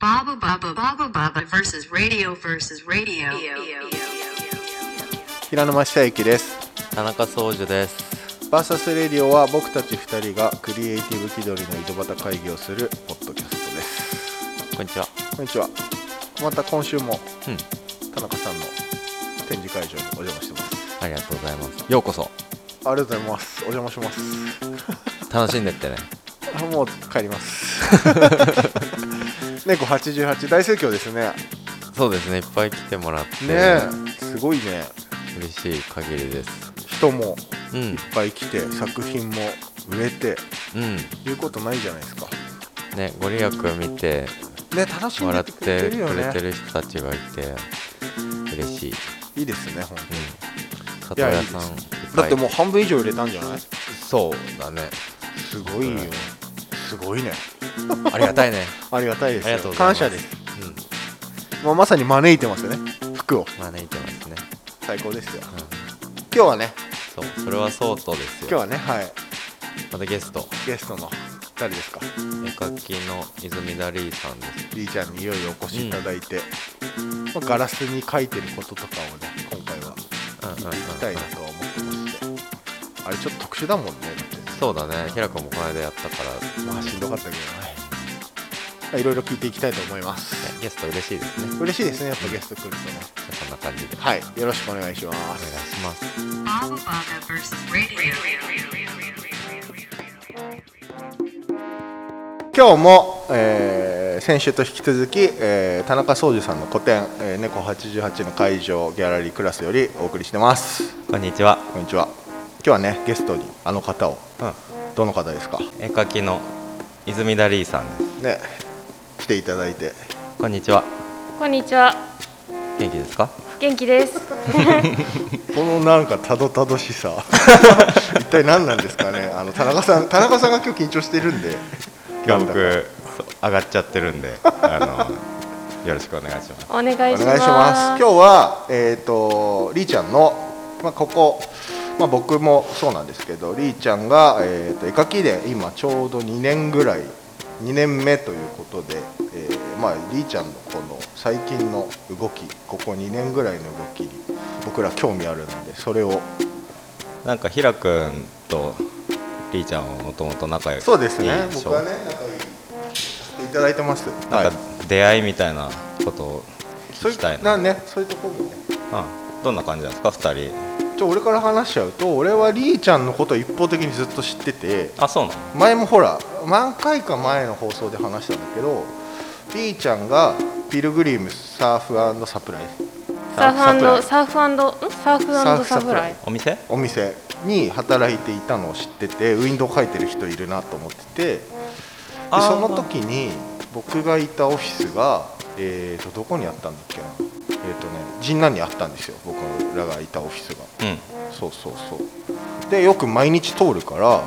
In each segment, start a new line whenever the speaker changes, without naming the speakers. Baba Baba Baba Baba versus radio versus radio.
平沼久之です
田中宗樹です
バーサスレディオは僕たち二人がクリエイティブ気取りの井戸端会議をするポッドキャストです
こんにちは
こんにちはまた今週も
うん
田中さんの展示会場にお邪魔してます
ありがとうございますようこそ
ありがとうございますお邪魔します
楽しんでってね
あもう帰ります 猫88大盛況ですね
そうですねいっぱい来てもらって
ねえすごいね
嬉しい限りです
人も
うん
いっぱい来て作品も売れて
うん
言うことないじゃないですか
ねご利益見て
ね楽しん
笑
で
って
くれ
て
てるよ
くれて
ね
る人たちがいて嬉しい、うん、
いいですね本当に
里
いや
親
いいです
さんいぱい
だってもう半分以上売れたんじゃない
そうだね
すごいよすごいね
ありが たいね
ありがたいです
あり
よ
がとうござい
感
ます
謝です、
うん
まあ、まさに招いてますよね服を
招いてますね、
最高ですよ
うん、
今日はね
そうそれはそうとです
今
よ
日はねはい
またゲスト
ゲストの誰ですか
絵描きの泉田リーさんです
D ちゃんにいよいよお越しいただいて、まあ、ガラスに書いてることとかをね今回は
うんうんうんうん
聞きたいなとは思ってまして、あれちょっと特殊だもんねだってね
そうだね、ひらくんもこの間やったから、
まあしんどかったけどねはいいろいろ聞いていきたいと思います
ゲスト嬉しいですね。
嬉しいですねやっぱゲスト来るとね
そんな感じで。
はいよろしくお願いしま
お願い
す
します。
Baba Baba versus radio.
今日も、えー先週と引き続き、えー田中壮司さんの個展「えー猫88」の会場ギャラリークラスよりお送りしてます
こんにちは。
こんにちは今日はねゲストにあの方を
うん、
どの方ですか
絵描きの泉田リーさんです。
ね来ていただいて
こんにちは。
こんにちは。
元気ですか？
元気です。
このなんかたどたどしさ 一体何なんですかねあの田中さん田中さんが今日緊張してるんで
今日
なんだか
僕そう上がっちゃってるんであのよろしくお願いします
お願いし
お
ます。
願いします。今日はえっ、とりーちゃんのまあここまあ僕もそうなんですけど、りーちゃんがえっ、と絵描きで今ちょうど2年ぐらい2年目ということで、えーまありーちゃんのこの最近の動きここ2年ぐらいの動きに僕ら興味あるのでそれを
なんかひらくんとりーちゃんはもともと仲良い
そうですね
でしょ
僕はね仲良いさせていただいてます。は
なん
い
か。出会いみたいなことを
そうい
聞きたいうな
なねそういうところもね。
うんどんな感じなんですか二人
ちょ俺から話しちゃうと俺はりーちゃんのことを一方的にずっと知ってて。
あそうなの
前もほら何回か前の放送で話したんだけど B ちゃんがピルグリムサーフサプライ
サーフアンド
サ
サーフアンドんサーフア
サ
ンドサ
ーフサプ
プ
ラ
ラ
イ
イ。
お店
お店に働いていたのを知っててウィンドウ描いてる人いるなと思っててで
あー
その時に僕がいたオフィスが、えー、とどこにあったんだっけなえっ、とね神南にあったんですよ僕らがいたオフィスが
うん
そうそうそうでよく毎日通るから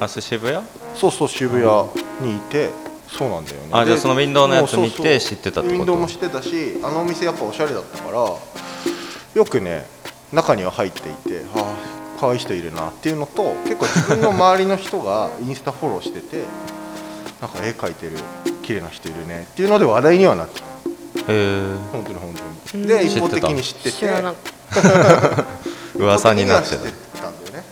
あそう渋谷
そうそう渋谷にいて、そうなんだよね
あじゃあ
で
そのウィンドウのやつ
もう
見
そうそう
て知ってたってこと
ウィンドウも知ってたしあのお店やっぱおしゃれだったからよくね中には入っていてああ可愛い人いるなっていうのと結構自分の周りの人がインスタフォローしててなんか絵描いてる綺麗な人いるねっていうので話題にはなってた
へえ
本当に本当にで
うん
一方的に知ってて
知らなかっ
噂になって
一
た
方的には知ってたんだよね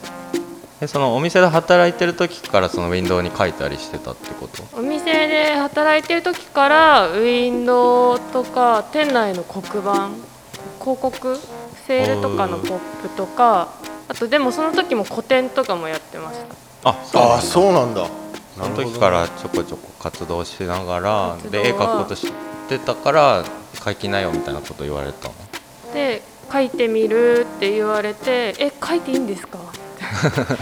えそのお店で働いてる時からそのウィンドウに書いたりしてたってこと
たお店で働いてる時からウィンドウとか店内の黒板、広告、セールとかのポップとか、あとでもその時も個展とかもやってました。
あそうな
あ
んだ
あそうなんだ
その
なるほど
時
ね
からちょこちょこ活動しながら
活動は
で絵描くこと知ってたから描きなよみたいなこと言われたの
で書いてみるって言われて、え書いていいんですか？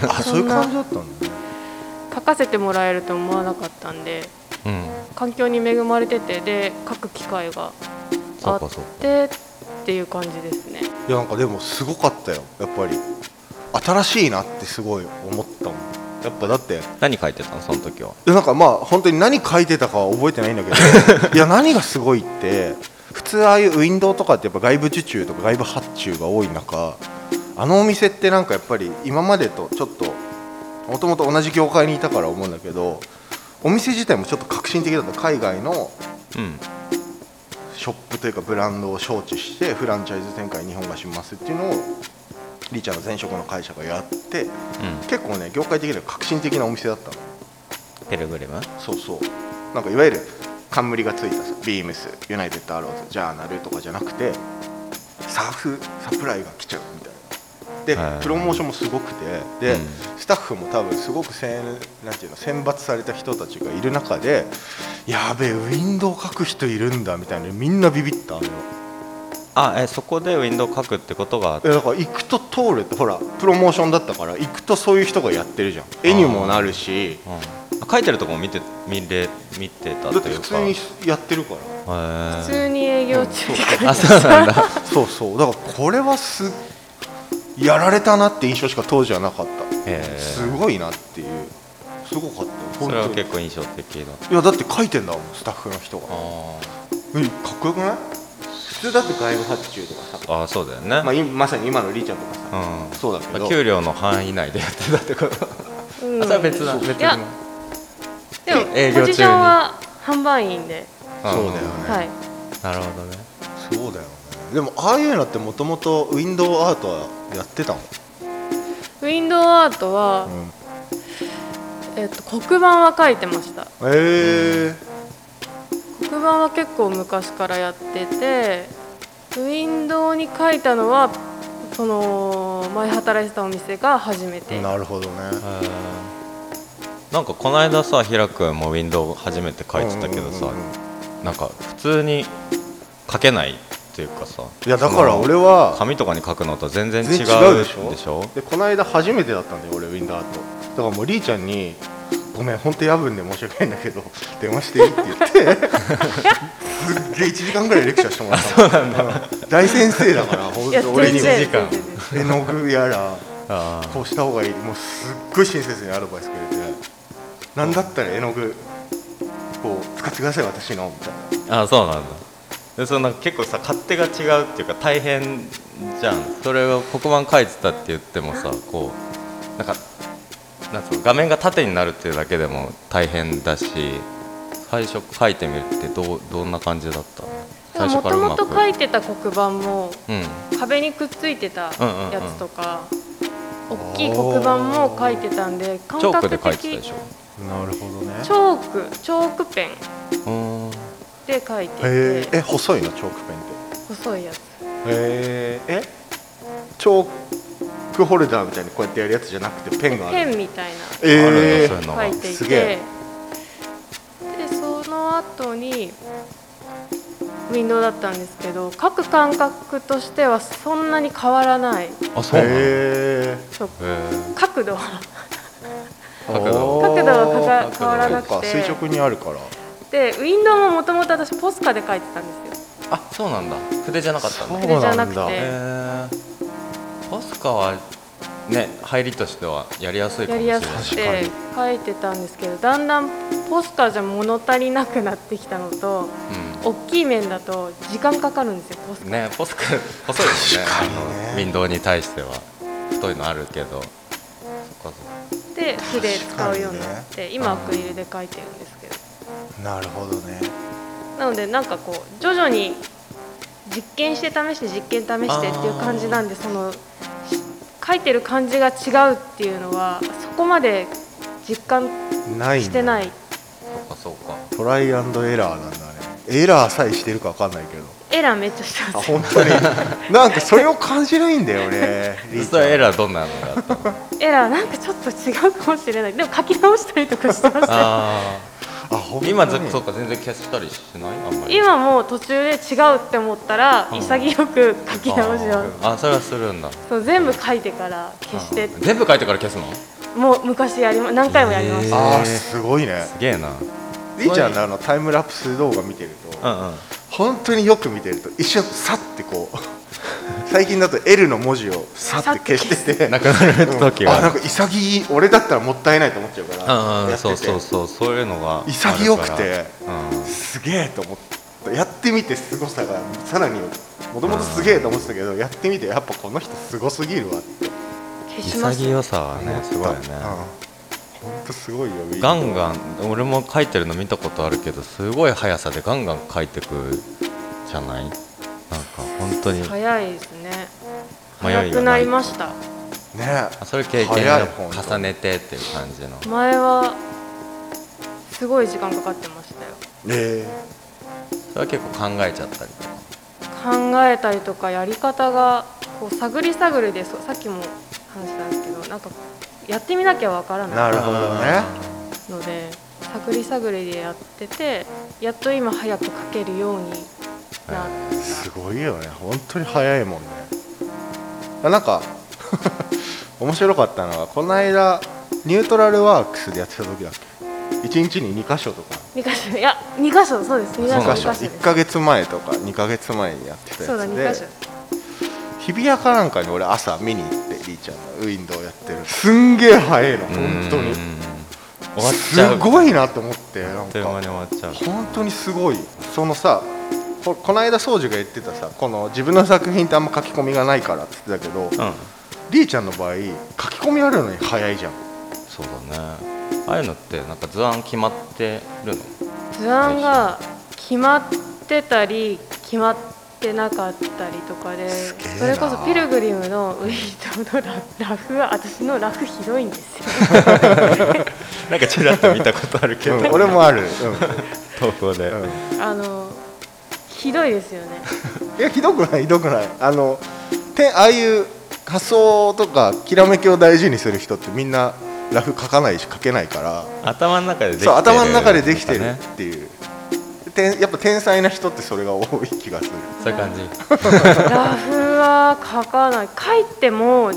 あそういう感じだったんだね
書かせてもらえると思わなかったんで。
うん
環境に恵まれててで書く機会が
そ
あ
うか
っ
そうか
てっていう感じですね
いやなんかでもすごかったよやっぱり新しいなってすごい思ったもんやっぱだって
何描いてたのその時は
なんかまあ本当に何書いてたかは覚えてないんだけどいや何がすごいって普通ああいうウィンドウとかってやっぱ外部受注とか外部発注が多い中あのお店ってなんかやっぱり今までとちょっともともと同じ業界にいたから思うんだけどお店自体もちょっと革新的だった海外の
うん
ショップというかブランドを招致してフランチャイズ展開日本がしますっていうのをリーちゃんの前職の会社がやって結構ね業界的には革新的なお店だったの
テレグレム
そうそうなんかいわゆる冠がついたさビームスユナイテッドアローズジャーナルとかじゃなくてサーフサプライが来ちゃうみたいなで
はい
プロモーションもすごくてで、
うん
スタッフも多分すごくせんなんていうの選抜された人たちがいる中でやべえウィンドウ書く人いるんだみたいなみんなビビったあの
あえそこでウィンドウ書くってことがあっ
えだから行くと通るってほらプロモーションだったから行くとそういう人がやってるじゃん絵にもなるし
うんあ書いてるとこも見て見れ見てた
だ
と
って
い
普
う
通
か
にやってるから
へー
普通に営業中に書いて
あそうなんだ
そうそうだからこれはすやられたなって印象しか当時はなかっ
へ
た
ー
すごいなっていうすごかったよ
そ
本
れ
当
は
に
結構印象的だ
いやだって書いてんだもんスタッフの人が
あ
えかっこよくない普通だって外部発注とかさ、
ーあーそうだよね、
まあ、今まさに今のりーちゃんとかさ、
うん
そうだけど
給料の範囲内でやってたってこと、
うん
あそれは別な
そう
別
いや
に
でも
営業中に
ポジションは販売員で、
そうだよね、
はい、
なるほどね
そうだよねでもああいうのってもともとウィンドウアートはやってたもん、
ウィンドウアートは、えっと黒板は書いてました
へえ
黒板は結構昔からやっててウィンドウに書いたのはその前働いてたお店が初めて
なるほどね
なんかこの間さ平君もウィンドウ初めて書いてたけどさ、
うんうんうんうん
なんか普通に書けないっていうかさ
いやだから俺は
紙とかに書くのと全然違
全
うで
然違うで
し
し
ょ
ょでこの間初めてだったんだよ俺ウィンドウアートだからもうりーちゃんに「ごめん本当夜分で申し訳ないんだけど 電話していい?」って言ってすっげえ1時間ぐらいレクチャーしてもらったそうなんだ大先生だから本
いや
当俺には
全然
絵の具やら
あー
こうした方がいいもうすっごい親切にアドバイスくれてなんだったら絵の具こう使ってください私のみたいな
あーそうなんだでそのなんか結構さ勝手が違うっていうか大変じゃんそれを黒板書いてたって言ってもさこうなんかなんつうの画面が縦になるっていうだけでも大変だし最初書いてみるってどうどんな感じだったの最
も
初か
と
らう
も
まく
と書いてた黒板も
うん
壁にくっついてた
うんうんうん
やつとか、大きい黒板も書いてたんで感
チョーク
覚
で
的
書いてたでしょ
なるほどね
チョークチョークペン
うーん
で書いてて、
へええ細いのチョークペンって
細いやつ
へええチョークホルダーみたいにこうやってやるやつじゃなくてペンがある
ペンみたいな
ある
え
んだそういうのが
書いてい
す
て
げえ
でその後にウィンドウだったんですけど書く感覚としてはそんなに変わらない
あそうなのへ
え
そう
ー
角度は
角度
角度がかか
角度
変わらなくて
そうか垂直にあるから
でウィンドウももともと私ポスカで書いてたんですよ
あそうなんだ筆じゃなかったんだ
筆じゃなく
そうなんだ
て
へーポスカはね入りとしてはやりやすいか
や
もし
り
れな
や
い
すくて書いてたんですけどだんだんポスカじゃ物足りなくなってきたのと大きい面だと時間かかるんですよポス
う
カ
ん、ねポスカ細いもんねあのウィンドウに対しては太いのあるけどそっかそっか
で筆使うようになって、今アクリルで書いてるんですけど
なるほどね
なのでなんかこう徐々に実験して試して実験試してっていう感じなんでそのし書いてる感じが違うっていうのはそこまで実感
ないんだ
してない
そっかそうか
トライアンドエラーなんだねエラーさえしてるかわかんないけど
エラーめっちゃして
あ
ます
本当になんかそれを感じないんだよ ねりーち
実
ゃん
はエラーどんなのがあったの
エラーなんかちょっと違うかもしれないでも書き直したりとかしてましたよ
あ
あ本当
ー
に
今ずっとそうか全然消したりしないあんまり
今もう途中で違うって思ったら潔く書き直しを
あーあそれはするんだ
そう全部書いてから消して
全部書いてから消すの
もう昔やりま何回もやりました
あーすごいね
すげえな
りーちゃんのあのタイムラプス動画見てると
うんうん
本当によく見てると一瞬さってこう 最近だと L の文字をさって消してて
なくなる時
あな
は
んか潔い俺だったらもったいないと思っちゃうから
うんう
やってて
んそうそうそうそういうのがあるから
潔くて
うん
すげえと思ってやってみてすごさがさらにもともとすげえと思ってたけどやってみてやっぱこの人すごすぎるわって
消しました
潔さはねすごいよね
うん本当すごいよ
ガンガン俺も書いてるの見たことあるけどすごい速さでガンガン書いてくじゃないなんか本当に
早いですね
迷いがない
早くなりました
ね
あそれ経
早い
験
本
を
当に
重ねてっていう感じの
前はすごい時間かかってましたよ
え
それは結構考えちゃったりとか
考えたりとかやり方がこう探り探りでそうさっきも話したんですけどなんかやってみなきゃわから
ー、な
な
るほどね
いので探り探りでやっててやっと今早く書けるようになって
すごいよね本当に早いもんねあなんか 面白かったのがこの間ニュートラルワークスでやってた時だっけ1日に2箇所とか
2箇所いや2箇所そうです
そ
2
うなん
箇
だ
所2箇所
1ヶ月前とか2ヶ月前にやってた
ですそうだ2
や
箇
つ
所
で日比谷かなんかに俺朝見に行ってりーちゃんのウィンドウやってるすんげえ早いの本当に
うん
終
わっちゃ
す
う
ごいなと思ってなん
という間
か
に終わっちゃう
本当にすごいそのさここの間宗司が言ってたさこの自分の作品ってあんま書き込みがないからって言ってたけど、
うん
りーちゃんの場合書き込みあるのに早いじゃ ん
そうだねああいうのってなんか図案決まってるの
図案が決まってたり決まってなかったりとかです
げえな
それこそ「ピルグリム」のウィートのララフは私のラフひどいんですよ
なんかちらっと見たことあるけど、
うん俺もある、
投稿で、
うんうん
あのひどいですよね
いやひどくないひどくないあのてああいう仮想とかきらめきを大事にする人ってみんなラフ書かないし書けないから
頭の中でできてる
そう頭の中でできてる
なん
っ
かね
ていう、てんやっぱ天才な人ってそれが多い気がする
そういう感じ
ラフは書かない書いても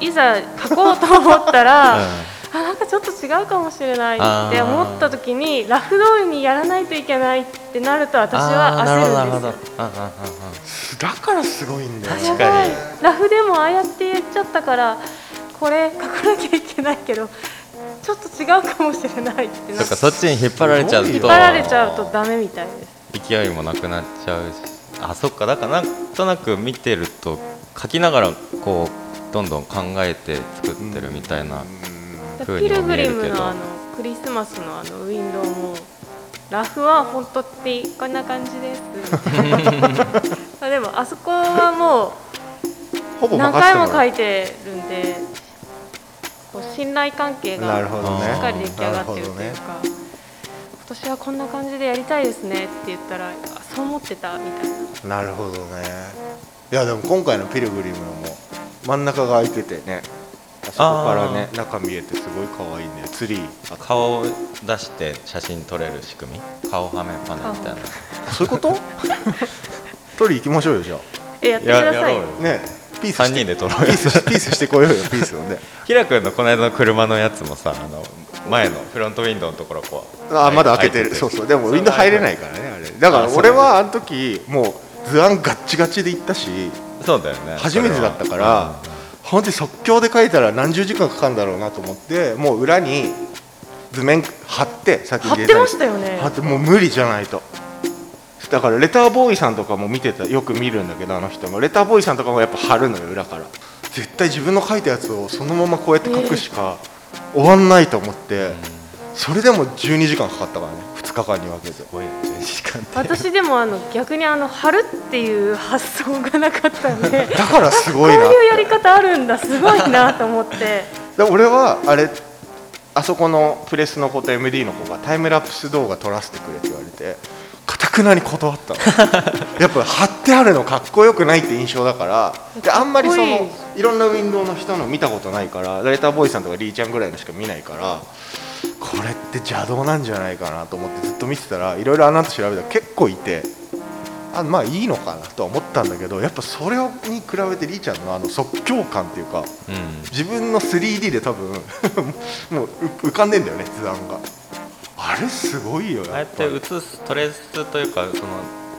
いざ書こうと思っ たら、あなんかちょっと違うかもしれないって思った時にラフ通りにやらないといけないってなると私は
あーなるほどなる
焦る
ほ
ん
ど
です
ああ
よ
ああ
だからすごいんだよ
確かに
ラフでもああやって言っちゃったからこれ書かなきゃいけないけどちょっと違うかもしれないってな
そっかそっちに引っ張られちゃうと
引
引っ張られちゃうとダメみたいです
勢いもなくなっちゃうしあそっかだからなんとなく見てると書きながらこうどんどん考えて作ってるみたいな、
だか
風に
らピ
も
ルグ
見え
リ
るけど
ムのあのクリスマスのあのウィンドウもラフは本当ってこんな感じですあでもあそこはも
ほぼ
う何
任せても
回も
ら
書
う
いてるんでこう信頼関係が
なるほどね
しっかり出来上がってると
な
いう
る
か、今年はこんな感じでやりたいですねって言ったらあそう思ってたみたい
な
な
るほどねいやでも今回の「ピルグリム」も真ん中が空いててねあそこからね中見えてすごい可愛いんだよツリー
あ顔を出して写真撮れる仕組み顔はめパネルみたいな
そういうこと 取り行きましょうよじゃ
えやってくださいよ
あねピース
3
して
人で撮ろう
ピ
よ
ースピースしてこようよピースをね
ひらくんのこの間の車のやつもさあの前のフロントウィンドウのところこう
あーまだ開けてる
開い
そうそうでもウィンドウ入れないからねあれだから
あそう
俺はあの時もう図案ガッチガチで行ったし
そうだよね
初めてだったから本当に即興で書いたら何十時間かかるんだろうなと思ってもう裏に図面貼ってさっき
貼ってましたよね
貼ってもう無理じゃないとだからレターボーイさんとかも見てたよく見るんだけどあの人もレターボーイさんとかもやっぱ貼るのよ裏から絶対自分の書いたやつをそのままこうやって書くしか終わんないと思ってそれでも12時間かかったからね2日間に分けて
こういう時間って
私でもあの逆にあの貼るっていう発想がなかったんで
だからすごいなっ
こ
て
ういうやり方あるんだすごいなと思って
で俺はあれあそこのプレスの子と MD の子がタイムラプス動画撮らせてくれって言われてかたくなに断った のやっぱ貼ってあるのかっこよくないって印象だからであんまりそ
かっこ
のいろんなウィンドウの人の見たことないからライターボーイさんとかリーちゃんぐらいのしか見ないからこれって邪道なんじゃないかなと思ってずっと見てたらいろいろあの後調べたら結構いてあまあいいのかなとは思ったんだけどやっぱそれに比べてリーちゃんのあの即興感っていうか
うん
自分の 3D で多分 もう浮かんでんだよね図案があれすごいよ
ああや
やっ
っ
ぱ
て写すトレースというかその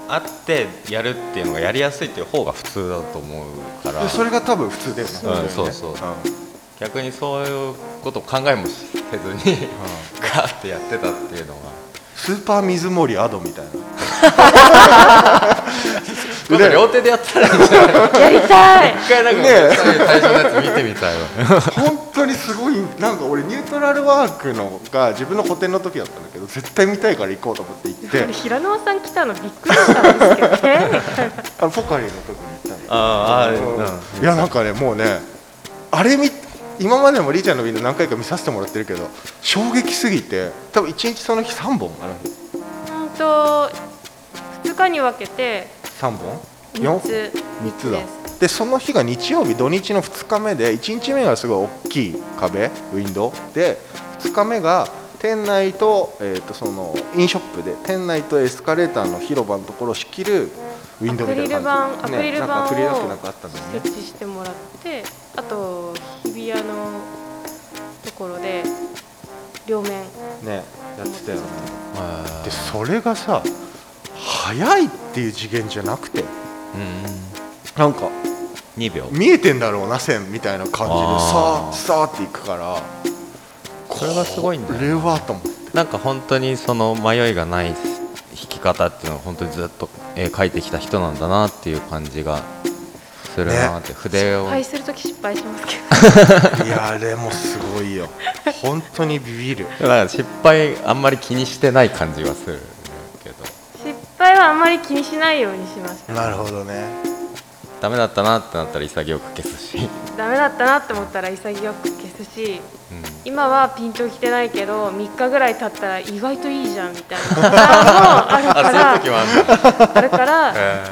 あってやるっていうのがやりやすいっていう方が普通だと思うから
でそれが多分普通だよね
うんそうそう逆にそういうことを考えもせずにガーってやってたっていうのが
スーパー水森アドみたいな
今度両手でやったら一
やりたい
回なんか
ね
最初のやつ見てみたいわ
本当当にすごいなんか俺ニュートラルワークのが自分の個展の時だったんだけど絶対見たいから行こうと思って行って
平沼さん来たのびっくりしたんですけどね
あのポカリの時に行ったんだけど
あーあー
いやなんかねもうねあれ見今までもリーちゃんのビデオ何回か見させてもらってるけど衝撃すぎて多分1日その日3本かな
うんと2日に分けて
3本
3
4
つ
3つだ
で
でその日が日曜日土日の2日目で1日目がすごい大きい壁ウィンドウで2日目が店内と,、えー、とそのインショップで店内とエスカレーターの広場のところを仕切るウィンドウみたいな感じ
アクリル板ア
ね、なんかアク
クリル板
リル板
を
なんかあったんだよね
設置してもらってあと日比谷のところで両面
ねやってたよねでそれがさ早いっていう次元じゃなくてなんか
2秒
見えてんだろうな線みたいな感じでさ
あ
あ
ー
さあっていくから
それがすごいんだ
こ
よ
れはと思 って
なんか本当にその迷いがない弾き方っていうのを本当にずっと絵描いてきた人なんだなっていう感じがするなって、筆を
失敗するとき失敗しますけど
いやあれもすごいよ本当にビビる
でもなんか失敗あんまり気にしてない感じがするけど
失敗はあんまり気にしないようにしました
なるほどね
ダメだったなってなったら潔く消すし、
ダメだったなって思ったら潔く消すし
うん
今はピンときてないけど3日ぐらい経ったら意外といいじゃんみたいなあもうある
あそういう時
か
もあるの、
らあるから
え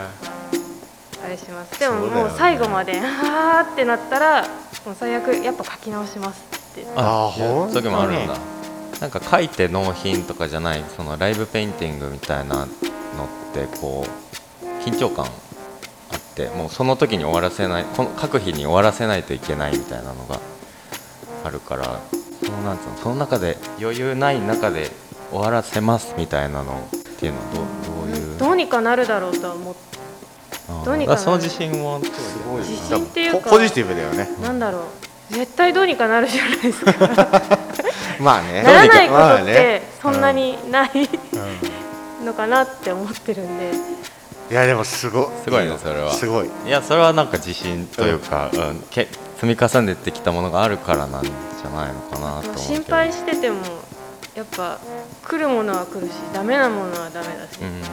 あれしますで
そ
も
うだよ
も
ね
う最後まであーってなったらもう最悪やっぱ書き直しますって
ーあ
あーほんと
そうい
に
う時もあるんだなんか描いて納品とかじゃないそのライブペインティングみたいなのってこう緊張感あってもうその時に終わらせないこの描く日に終わらせないといけないみたいなのがあるからそのなんつうのその中で余裕ない中で終わらせますみたいなのっていうのはどうどういう
どうにかなるだろうとは思って
あー
どうにかなる
だらその自信も
すごいな
自信っていうか
ポポジティブだよね
なんだろう絶対どうにかなるじゃないですかな
まあね
らないこ
まあ
とっ
ね
てそんなにない
うん
のかなって思ってるんで
いやでもすご
すごいねそれは
すごい
いやそれはなんか自信というか、うんけ積み重ねてきたものがあるからなんじゃないのかなと思うけど
心配しててもやっぱ来るものは来るしダメなものはダメだし、
うん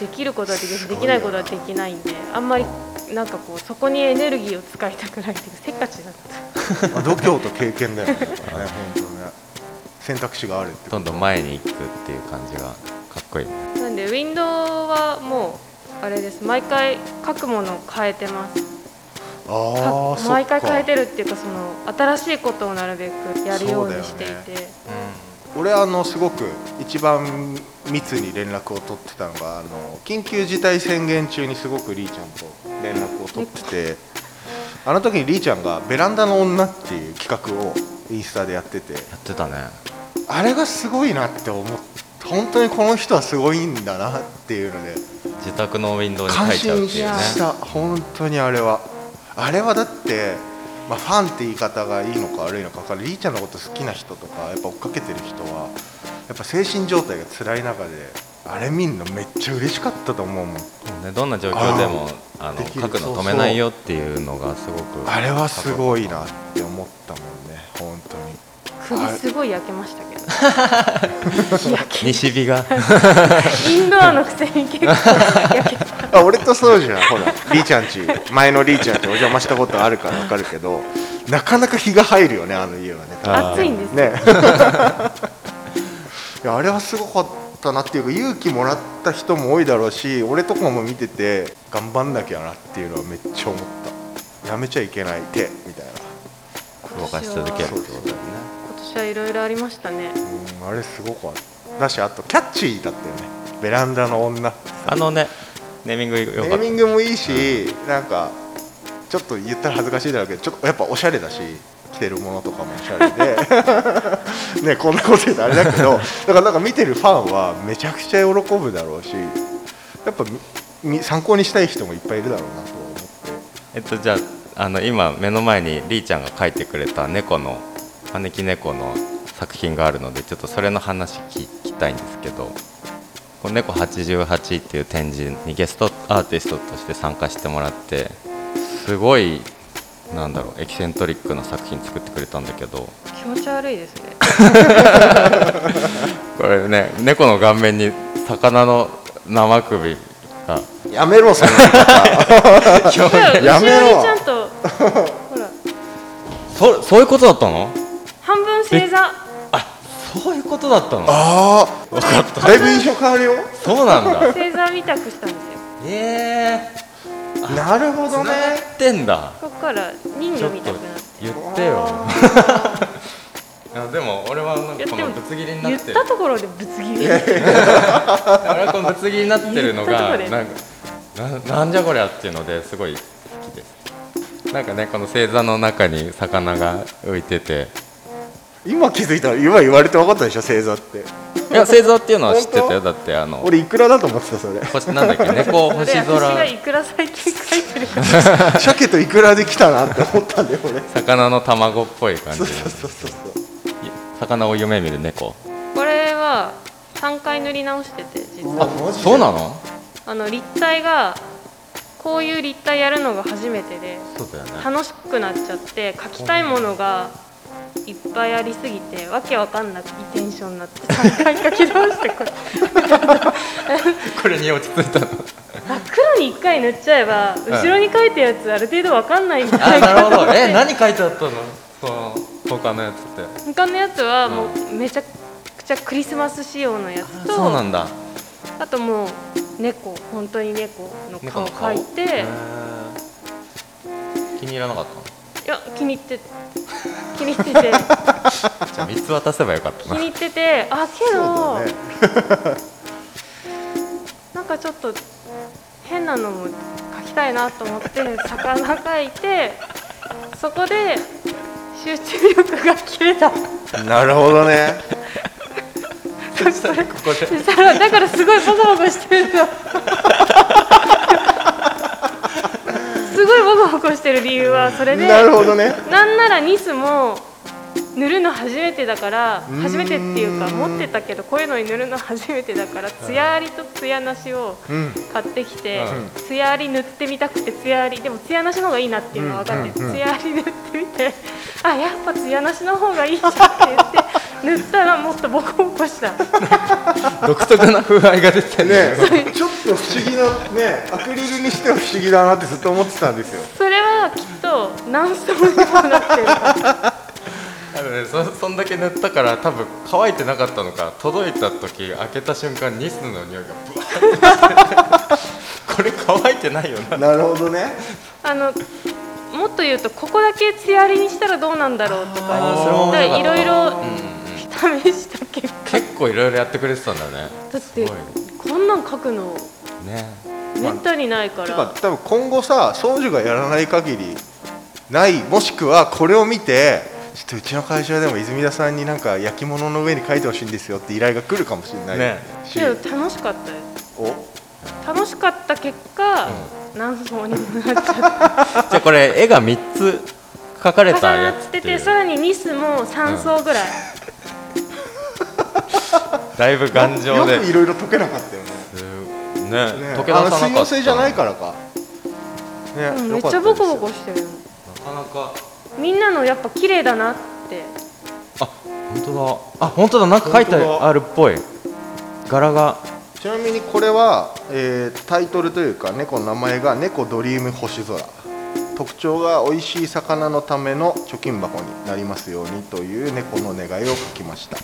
できることはできるし
すごい
で
よな
きないことはできないんであんまりなんかこうそこにエネルギーを使いたくないっていうかせっかちだった
まあ度胸と経験だよね だからね本当ね選択肢があるって
どんどん前に行くっていう感じがかっこいいね
なんでウィンドウはもうあれです毎回書くものを変えてます
ああ
か
そっか
毎回変えてるっていうかその新しいことをなるべくやるようにしてい
そうだ
て、
よ俺あのすごく一番密に連絡を取ってたのがあの緊急事態宣言中にすごくりーちゃんと連絡を取っててあの時にりーちゃんが「ベランダの女」っていう企画をインスタでやってて
やってたね
あれがすごいなって思って本当にこの人はすごいんだなっていうので
自宅のウィンドウに
感
書いちゃう
心
っていうね
した本当にあれはあれはだって、まあ、ファンって言い方がいいのか悪いのか分かるりーちゃんのこと好きな人とかやっぱ追っかけてる人はやっぱ精神状態が辛い中であれ見んのめっちゃ嬉しかったと思うもん
うんねどんな状況でもあの
できる
書くの
そうそう
止めないよっていうのがすごく
あれはすごいなって思ったもんね本当に
首すごい焼けましたけど
西日が
インドアのくせに結構焼け
あ俺とそうじゃんほらりーちゃんち前のりーちゃんちお邪魔したことあるから分かるけどなかなか日が入るよねあの家はね
暑いんですよ
ね いやあれはすごかったなっていうか勇気もらった人も多いだろうし俺とかも見てて頑張んなきゃなっていうのはめっちゃ思ったやめちゃいけない手みたいな
動かし続けるってことだよね
今年はいろいろありましたね
うんあれすごかっただしあとキャッチーだったよねベランダの女
あのねネーミングよ
ネ
かっ
ー
た
ミングもいいし、なんかちょっと言ったら恥ずかしいだろうけどちょっとやっぱおしゃれだし着てるものとかもおしゃれで ねこんなこと言うとあれだけどだからなんか見てるファンはめちゃくちゃ喜ぶだろうしやっぱみみ参考にしたい人もいっぱいいるだろうなと思って
えっとじゃああの今目の前にりーちゃんが描いてくれた猫の招き猫の作品があるのでちょっとそれの話聞きたいんですけど「この猫88」っていう展示にゲストアーティストとして参加してもらってすごいなんだろうエキセントリックな作品作ってくれたんだけど
気持ち悪いですね
これね猫の顔面に魚の生首が
やめろその言い方やめろ
後ろにちゃんとほら
そそういうことだったの
半分正座
そういうことだったの
ああだいぶ印象変わるよ
そうなんだ
正座みたくしたんですよ
えー、
なるほどね
やってんだ
ここから人魚みたくなって
言ってよ いやでも俺はなん
いや
かこ
で
の
も
ぶつ切りにな
言っ
ってる
たところでぶつ 切り
俺はこのぶつ切りになってるのが
言った
なんかななんじゃこりゃっていうのですごい好きですなんかねこの星座の中に魚が浮いてて
今気づいたら今言われて分かったでしょ星座って
いや星座っていうのは知ってた
本
よだってあの
俺いくらだと思ってたそれ
星なんだっけ猫
それ
星
私が
空
いくら最近書いてるか
鮭といくらで来たなって思ったんだよ俺
魚の卵っぽい感じ
そうそうそうそう
魚を夢見る猫
これは3回塗り直してて実は
あマジで
そうなの
あの立体がこういう立体やるのが初めてで
そうだよね
楽しくなっちゃって書きたいものがいっぱいありすぎてわけわかんないテンションになって3回書き直してこれ
これに落ち着いたの
黒に1回塗っちゃえば後ろに書いたやつある程度わかんないみた
あ
いな
なるほどえ何書いてあったのその他のやつって
他のやつはもうめちゃくちゃクリスマス仕様のやつ
そうな
と
んだ
あともう猫本当に猫の
猫
顔
の
描
顔
いて
へー気に入らなかったの
いや気に入って気に入って
じ
て
ゃあ3つ渡せばよかっ
気
た
に
な
入っててあけ
そう
ど、
だね
なんかちょっと変なのも描きたいなと思って魚描いてそこで集中力が切れた
なるほどね
そしたらここで
でさだからすごいバカバカしてる のすごいバカバカしてる理由はそれで
なるほどね
なんならニスも塗るの初めてだから初めてっていうか持ってたけどこういうのに塗るの初めてだから艶ありと艶なしを
うん
買ってきて
うん
艶あり塗ってみたくて艶ありでも艶なしの方がいいなっていうのは分かって
うんうんうん
艶あり塗ってみてあやっぱ艶なしの方がいいじゃんって言って塗ったらもっとボコボコした。
独特な風合いが出て
ね
ね
ちょっと不思議なねアクリルにしては不思議だなってずっと思ってたんですよ
それはきっと何層にもなってる
多分ねそそんだけ塗ったから多分乾いてなかったのか届いた時開けた瞬間ニスの匂いがブワーって これ乾いてないよな
なるほどね
あのもっと言うとここだけ艶ありにしたらどうなんだろうと
あーそれも面白かっ
か
た
いろいろ試した結果
結構いろいろやってくれてたんだね
だって
す
こんなん書くの
ね
めったにないか
て
ら
か多分今後さ少女がやらない限りないもしくはこれを見てちょっとうちの会社でも泉田さんになんか焼き物の上に書いてほしいんですよって依頼が来るかもしれない
ね
し、
けど楽しかったよ
お
楽しかった結果、何層にもなっちゃっ
じゃあこれ絵が3つ描かれ
て重
たや
な
つ
っ
って
て
い
て
う
さらにニスも3層ぐらい、
だいぶ頑丈
よ
で
くいろいろ解けなかったよね
すね
ね
溶け出さなか
あ
った
の水溶性じゃないからか、ね
うんめ
よ
っ
か
ち
た
ゃ
で
ボ
すよ
コボコしてるの
なかなか
みんなのやっぱ綺麗だなって
あ本当だあ本当だなんか書いてあるっぽい柄が
ちなみにこれは、えータイトルというか猫の名前が「猫ドリーム星空」特徴が美味しい魚のための貯金箱になりますようにという猫の願いを書きました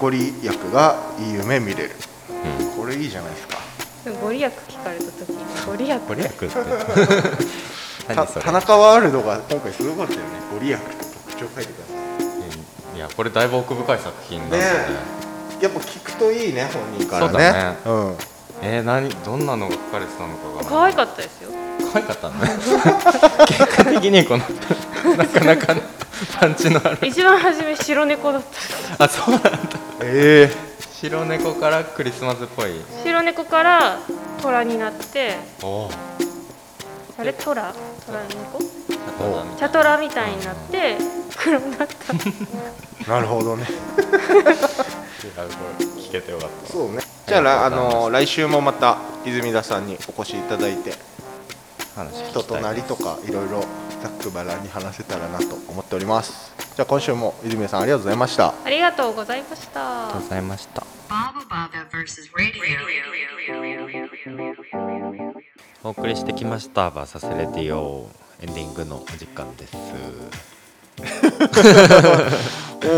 ご利益がいい夢見れる、これいいじゃないですか
ご利益聞かれた時にご利益
これ役って
た
何それ
田中ワールドが今回すごかったよねご利益と特徴書いてくださ
いやこれだいぶ奥深い作品なんだね
ねいやっぱ聞くといいね本人からね
そうだね
うん、
えー、何どんなのが書かれてたのかが
可愛
か
かったですよ
可愛かったのね 結果的にこのなかなかのパンチのある
一番初め白猫だった
あそうなんだ
ええ
白猫からクリスマスっぽい
白猫から虎になって
おお
あれ虎虎猫
魚み
茶虎みたいになって黒になった
なるほどね
たいな聞けてよかっ
そうね。じゃあ、あの来週もまた泉田さんにお越しいただいて、
話聞
人
きた
と
い
なりとかいろいろざっくばらんに話せたらなと思っておりますじゃあ今週も泉さんありがとうございました
ありがとうございました
ありがとうございました
Baba Baba versus radio.
お送りしてきましたバーサスレディオエンディングのお時間です
お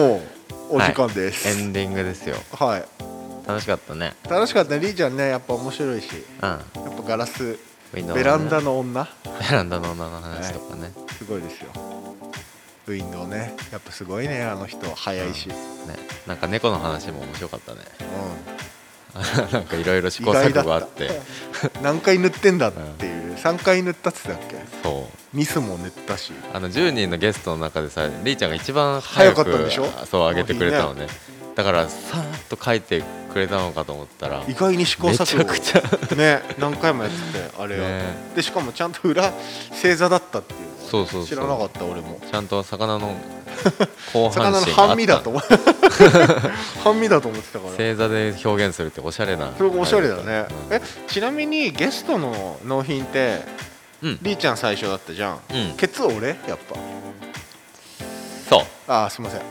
おお
はい
時間です
エンディングですよ
はい、
楽しかったね
楽しかったねりーちゃんねやっぱ面白いし
うん
やっぱガラス
ウィンドウのね
ベランダの女
ベランダの女の話とかね,、
すごいですよウィンドウねやっぱすごいねあの人早いし、うん
ねなんか猫の話も面白かったね なんかいろいろ試行
意
錯
外
誤
だ
あ
った
って
何回塗ってんだっていう、3回塗ったって言ってたっけ
そう
ミスも塗ったし
あの10人のゲストの中でさりーちゃんが一番
早
早
か
く
ったんでしょ
あそう上げてくれたのねだからさーっと書いてくれたのかと思ったら
意外に試行
めち
錯
ゃくちゃ
誤ね何回もやっててあれは、
ね
でしかもちゃんと裏正座だったっていうのはね
そうそうそう
知らなかった俺も
ちゃんと魚の後半
魚の
身があった
半身だと思って 半身だと思ってたから
正座で表現するっておしゃれな
すごくおしゃれだね、
うん
えちなみにゲストの納品って、
うん
りーちゃん最初だったじゃん、
うん
ケツ俺やっぱ
そ
あーすいま せん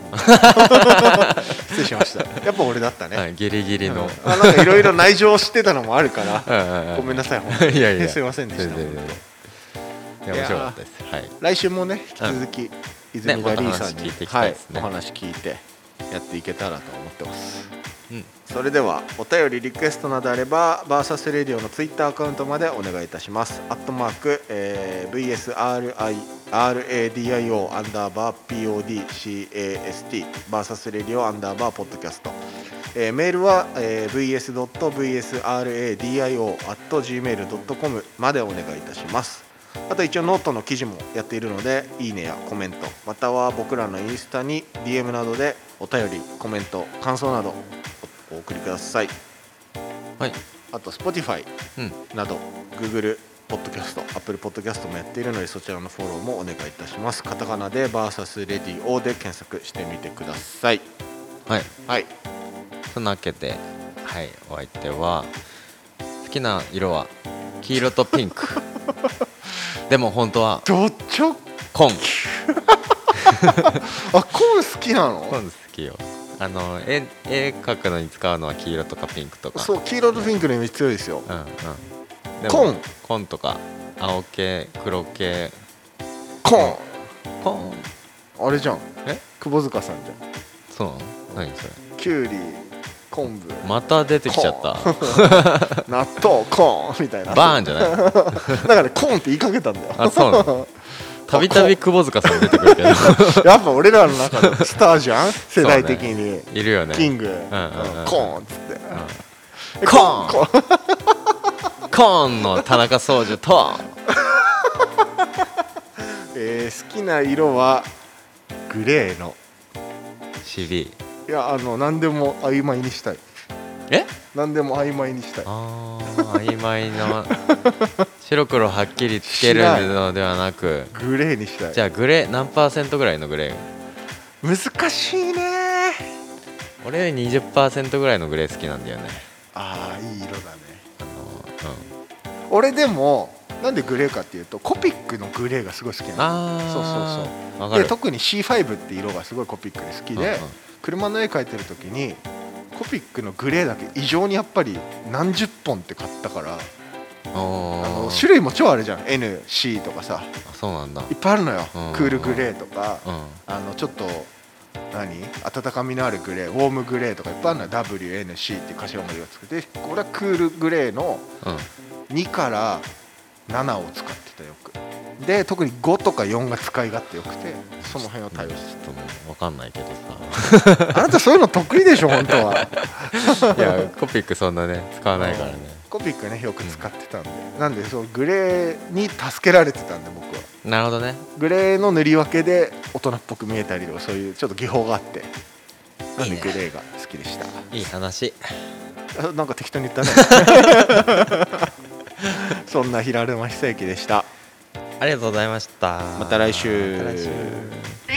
失礼しましたやっぱ俺だった
う、
ね、
はい、ギリギリ
うん
の、
あなんかいろいろ内情してたのもある から
う
ごめんなさい本当
い
に
いやいや
すいませんでした
全然全然いや面白かったですはい
来週もね引き続き、泉がりーさんに、
ねまた話聞いていき
は
たい
い
です、
お
ね
話聞いてやっていけたらと思ってます、
うん
それではお便りリクエストなどあればバーサスレディオのツイッターアカウントまでお願いいたしますアットマーク、えー VSRADIO アンダーバー PODCAST バーサスレディオアンダーバーポッドキャストえーメールは、えー vs.vsradio.gmail.com までお願いいたしますあと一応ノートの記事もやっているのでいいねやコメントまたは僕らのインスタに DM などでお便りコメント感想などおお送りください
はい
あと Spotify
うん
など Google ポッドキャスト Apple ポッドキャストもやっているのでそちらのフォローもお願いいたしますカタカナで VS レディオで検索してみてください
はい
はい
そんなわけではいお相手は好きな色は黄色とピ ンクでも本当は
ド直
紺
あコーン好きなの
紺好きよあの絵絵描くのに使うのは黄色とかピンクとか
そう黄色とピンクのイメージ強いですよ
うんうんでも
紺
紺とか青系黒系
コ
紺
ーンあれじゃん
え
窪塚さんじゃん
そうなの何それ
きゅうり昆布
また出てきちゃった
納豆コーンみたいな
バーンじゃない
だからコーンって言いかけたんだよ
あそうなのたびたび窪塚さん出てく るけど
やっぱ俺らの中のスターじゃん世代的に、
いるよね
キング、
んうん
コーンっつって、え
コーン
コーン
コーンの田中総司と
えー好きな色はグレーの
CB
いやあの何でも曖昧にしたい
え
何でも曖昧にしたい
あー曖昧な白黒はっきりつけるのでは なく
グレーにしたい
じゃあグレー何パーセントぐらいのグレー
難しいね
俺20%ぐらいのグレー好きなんだよね
ああいい色だね
あのうん
俺でもなんでグレーかっていうとコピックのグレーがすごい好きな
ああ
そうそう
そうわ
の
か
で
る
特に C5 って色がすごいコピックで好きで、
うんうん
車の絵描いてる時にコピックのグレーだけ異常にやっぱり何十本って買ったからあ
お
の
ー
種類も超あるじゃん NC とかさ
あそうなんだ
いっぱいあるのよ、
うん
クールグレーとか、
うん
あのちょっと何温かみのあるグレーウォームグレーとかいっぱいあるのよ WNC っていう頭文字がつくてこれはクールグレーの
うん
2から7を使ってたよくで特に5とか4が使い勝手よくてその辺を対応し
ちょっともうわかんないけど
てたあなたそういうの得意でしょ本当は
さ いやコピックそんなね使わないからね
コピックねよく使ってたんで、なんでそうグレーに助けられてたんで僕は
なるほどね
グレーの塗り分けで大人っぽく見えたりとかそういうちょっと技法があってなんでグレーが好きでした
いい話
あなんか適当に言ったね そんな平沼久之でした
ありがとうございました
また来週
また来週